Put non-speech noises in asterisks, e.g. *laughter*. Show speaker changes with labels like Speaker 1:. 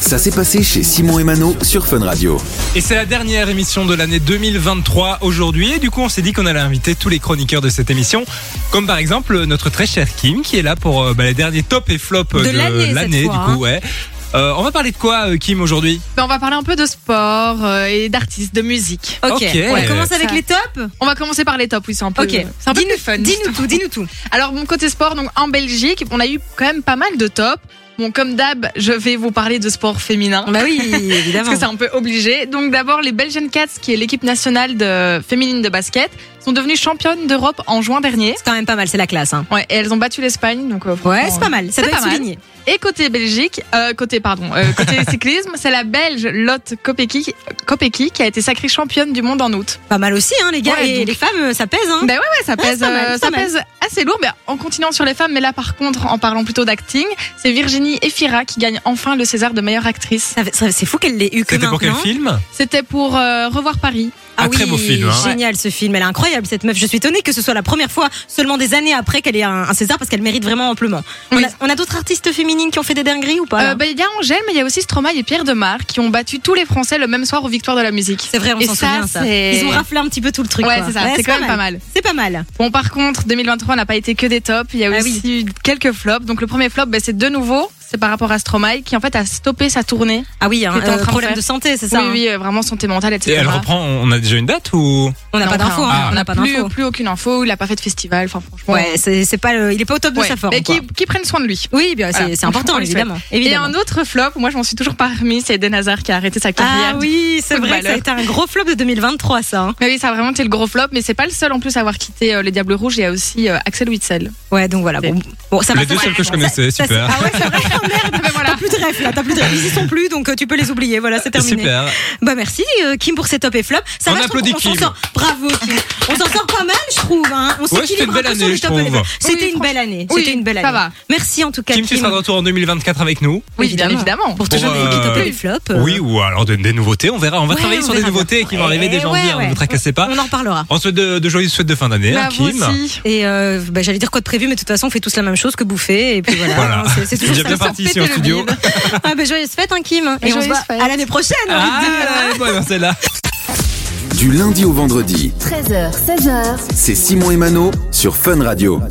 Speaker 1: Ça s'est passé chez Simon et Mano sur Fun Radio.
Speaker 2: Et c'est la dernière émission de l'année 2023 aujourd'hui. Et du coup, on s'est dit qu'on allait inviter tous les chroniqueurs de cette émission. Comme par exemple notre très cher Kim, qui est là pour euh, bah, les derniers top et flop euh,
Speaker 3: De l'année,
Speaker 2: de
Speaker 3: cette
Speaker 2: l'année. Du
Speaker 3: fois, hein.
Speaker 2: coup, ouais. Euh, on va parler de quoi, euh, Kim, aujourd'hui
Speaker 4: Ben, on va parler un peu de sport euh, et d'artistes, de musique.
Speaker 3: Ok,
Speaker 2: Ok.
Speaker 3: on commence avec
Speaker 4: Ça-
Speaker 3: les tops
Speaker 4: On va commencer par les tops, oui, c'est un peu,
Speaker 3: Ok.
Speaker 4: Euh, c'est un peu plus fun.
Speaker 3: Dis-nous tout, dis-nous
Speaker 4: *laughs*
Speaker 3: tout.
Speaker 4: Alors, mon côté sport, donc en Belgique, on a eu quand même pas mal de tops. Bon, comme d'hab, je vais vous parler de sport féminin.
Speaker 3: Bah oui, évidemment.
Speaker 4: Parce que c'est un peu obligé. Donc d'abord, les Belgian Cats, qui est l'équipe nationale de, féminine de basket, sont devenues championnes d'Europe en juin dernier.
Speaker 3: C'est quand même pas mal, c'est la classe. Hein.
Speaker 4: Ouais, et elles ont battu l'Espagne, donc euh,
Speaker 3: Ouais,
Speaker 4: franchement,
Speaker 3: c'est pas mal, ça
Speaker 4: C'est
Speaker 3: doit être
Speaker 4: pas mal.
Speaker 3: souligné.
Speaker 4: Et côté Belgique, euh, côté pardon, euh,
Speaker 3: *laughs*
Speaker 4: côté cyclisme, c'est la Belge Lotte Kopecky, Kopecky qui a été sacrée championne du monde en août.
Speaker 3: Pas mal aussi, hein, les gars.
Speaker 4: Ouais,
Speaker 3: et
Speaker 4: donc-
Speaker 3: les femmes, euh, ça pèse. Hein.
Speaker 4: Ben ouais, ouais, ça pèse,
Speaker 3: c'est pas mal,
Speaker 4: euh,
Speaker 3: c'est
Speaker 4: ça
Speaker 3: pas mal.
Speaker 4: pèse assez lourd. Mais en continuant sur les femmes, mais là par contre, en parlant plutôt d'acting, c'est Virginie Efira qui gagne enfin le César de meilleure actrice.
Speaker 3: Ça fait- ça- C'est fou qu'elle l'ait eu que
Speaker 2: C'était
Speaker 3: maintenant.
Speaker 2: pour quel film
Speaker 4: C'était pour euh, revoir Paris.
Speaker 3: ah
Speaker 2: Un
Speaker 3: oui,
Speaker 2: très beau film, hein.
Speaker 3: génial ce film. Elle est incroyable cette meuf. Je suis étonnée que ce soit la première fois, seulement des années après, qu'elle ait un, un César parce qu'elle mérite vraiment amplement. On
Speaker 4: Oui.
Speaker 3: a, on a d'autres artistes féminines qui ont fait des dingueries ou pas là
Speaker 4: Euh, ben, il y a Angèle, mais il y a aussi Stromae et Pierre Demar qui ont battu tous les Français le même soir aux Victoires de la musique.
Speaker 3: C'est vrai, on
Speaker 4: et
Speaker 3: s'en
Speaker 4: ça,
Speaker 3: souvient ça.
Speaker 4: c'est-
Speaker 3: Ils ont raflé un petit peu tout le truc.
Speaker 4: Ouais,
Speaker 3: quoi.
Speaker 4: c'est ça. c'est quand même pas mal.
Speaker 3: C'est pas mal.
Speaker 4: Bon, par contre, 2023 n'a pas été que des tops. Il y a
Speaker 3: Ah
Speaker 4: aussi eu quelques flops. Donc, le premier flop, ben, c'est de nouveau. C'est par rapport à Stromae qui, en fait, a stoppé sa tournée.
Speaker 3: Ah oui, un
Speaker 4: Qui est en train de
Speaker 3: problème
Speaker 4: faire.
Speaker 3: de santé, c'est ça.
Speaker 4: oui,
Speaker 3: hein.
Speaker 4: oui, euh, vraiment santé mentale, etc.
Speaker 2: Et elle reprend, on a déjà une date ou
Speaker 3: On n'a
Speaker 4: Non,
Speaker 3: pas
Speaker 4: enfin,
Speaker 3: d'infos. hein,
Speaker 2: Ah.
Speaker 3: On n'a pas
Speaker 4: plus,
Speaker 3: d'infos.
Speaker 4: plus aucune info. Il a pas fait de festival. Enfin, franchement.
Speaker 3: Ouais, c'est c'est pas le- il est pas au top de
Speaker 4: Ouais.
Speaker 3: sa forme.
Speaker 4: Mais
Speaker 3: quoi.
Speaker 4: qui, qui prennent soin de lui.
Speaker 3: Oui, bien, c'est
Speaker 4: Voilà.
Speaker 3: c'est important,
Speaker 4: On le souhaite.
Speaker 3: évidemment.
Speaker 4: Et
Speaker 3: évidemment.
Speaker 4: un autre flop, moi, je m'en suis toujours pas remis, c'est Eden Hazard qui a arrêté sa carrière.
Speaker 3: Ah oui, c'est vrai,
Speaker 4: footballeur.
Speaker 3: ça a été un gros flop de 2023, ça. hein.
Speaker 4: Mais oui, ça a vraiment été le gros flop, mais c'est pas le seul en plus à avoir quitté euh, les Diables Rouges. Il y a aussi euh, Axel Witzel.
Speaker 3: Ouais, donc voilà. Bon, bon, ça va.
Speaker 2: Les
Speaker 3: ça
Speaker 2: deux
Speaker 3: va.
Speaker 2: seuls que je
Speaker 3: Ça-
Speaker 2: connaissais,
Speaker 3: ça-
Speaker 2: super.
Speaker 3: Ah ouais, c'est vrai. *laughs*
Speaker 4: Mais voilà.
Speaker 3: T'as plus de rêves là, t'as plus de rêves. Ils y sont plus, donc euh, tu peux les oublier. Voilà, c'est terminé.
Speaker 2: Super.
Speaker 3: Bah merci euh, Kim pour ses top et flop. Ça
Speaker 2: On
Speaker 3: va, je trouve
Speaker 2: applaudit
Speaker 3: qu'on s'en
Speaker 2: Kim.
Speaker 3: sort- Bravo Kim. On s'en sort pas mal, je trouve. Hein. On
Speaker 2: c'était
Speaker 3: s'équilibre
Speaker 2: une belle
Speaker 3: un peu sur
Speaker 2: année,
Speaker 3: les
Speaker 2: je
Speaker 3: top et les
Speaker 2: trouve.
Speaker 3: flops. C'était
Speaker 4: Oui,
Speaker 3: une belle année.
Speaker 4: Oui,
Speaker 3: C'était une belle année.
Speaker 4: ça va.
Speaker 3: Merci en tout cas
Speaker 2: Kim, tu seras de retour en 2024 avec nous
Speaker 4: Oui, bien évidemment.
Speaker 3: Pour toujours
Speaker 2: Pour,
Speaker 3: des petits top et
Speaker 2: euh,
Speaker 3: des flops. euh,
Speaker 2: Oui, ou alors des, des nouveautés, on verra. On va
Speaker 3: Ouais,
Speaker 2: travailler
Speaker 3: on
Speaker 2: sur des
Speaker 3: verra bien.
Speaker 2: nouveautés qui vont arriver
Speaker 3: Ouais,
Speaker 2: dès janvier, hein,
Speaker 3: ouais.
Speaker 2: ne vous tracassez pas.
Speaker 3: On en reparlera.
Speaker 2: On se souhaite de, de joyeuses fêtes de fin d'année, hein,
Speaker 4: Bah, vous
Speaker 2: Kim.
Speaker 4: aussi.
Speaker 3: Et euh, bah, j'allais dire quoi de prévu, mais de toute façon, on fait tous la même chose que bouffer. Et puis voilà,
Speaker 2: Voilà.
Speaker 3: hein, c'est- c'est
Speaker 2: J'ai
Speaker 3: toujours ça.
Speaker 2: bien parti ici en
Speaker 4: péter le
Speaker 2: studio.
Speaker 3: Ah, bah, joyeuse fête, hein, Kim. Et on se
Speaker 4: Joyeuse
Speaker 3: voit
Speaker 4: fête.
Speaker 3: à l'année prochaine. on
Speaker 2: Ah,
Speaker 3: dit.
Speaker 2: elle est bonne, celle-là.
Speaker 1: Du lundi au vendredi,
Speaker 5: 13h, 16h.
Speaker 1: c'est Simon et Mano sur Fun Radio.